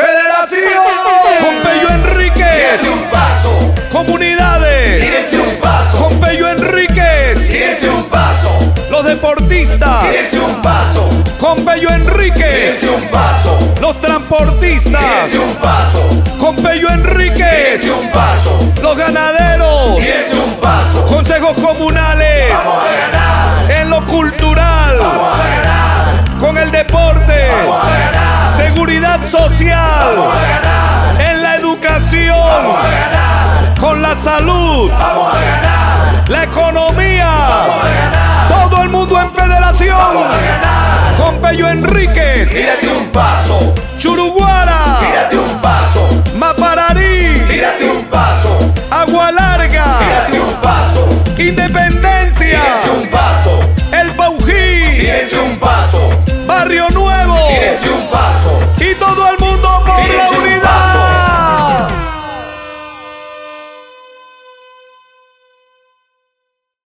Rocío. Pompeyo Enríquez. Tírense un paso, Comunidades. tírense un paso, Pompeyo Enríquez. tírense un paso, Los deportistas. tírense un paso, Pompeyo Enríquez. tírense un paso, Los transportistas. tírense un paso, Pompeyo Enríquez. tírense un paso, Los ganaderos. tírense un paso. Consejos comunales. Vamos a ganar, En lo cultural. vamos a ganar, Con el deporte. vamos a ganar, Seguridad social. vamos a ganar, En la vamos a educación. ganar, Con la salud. vamos a ganar, La economía. vamos a ganar, Todo el mundo en federación. vamos a ganar. Pompeyo Enríquez. Tírate un paso, Churubusco.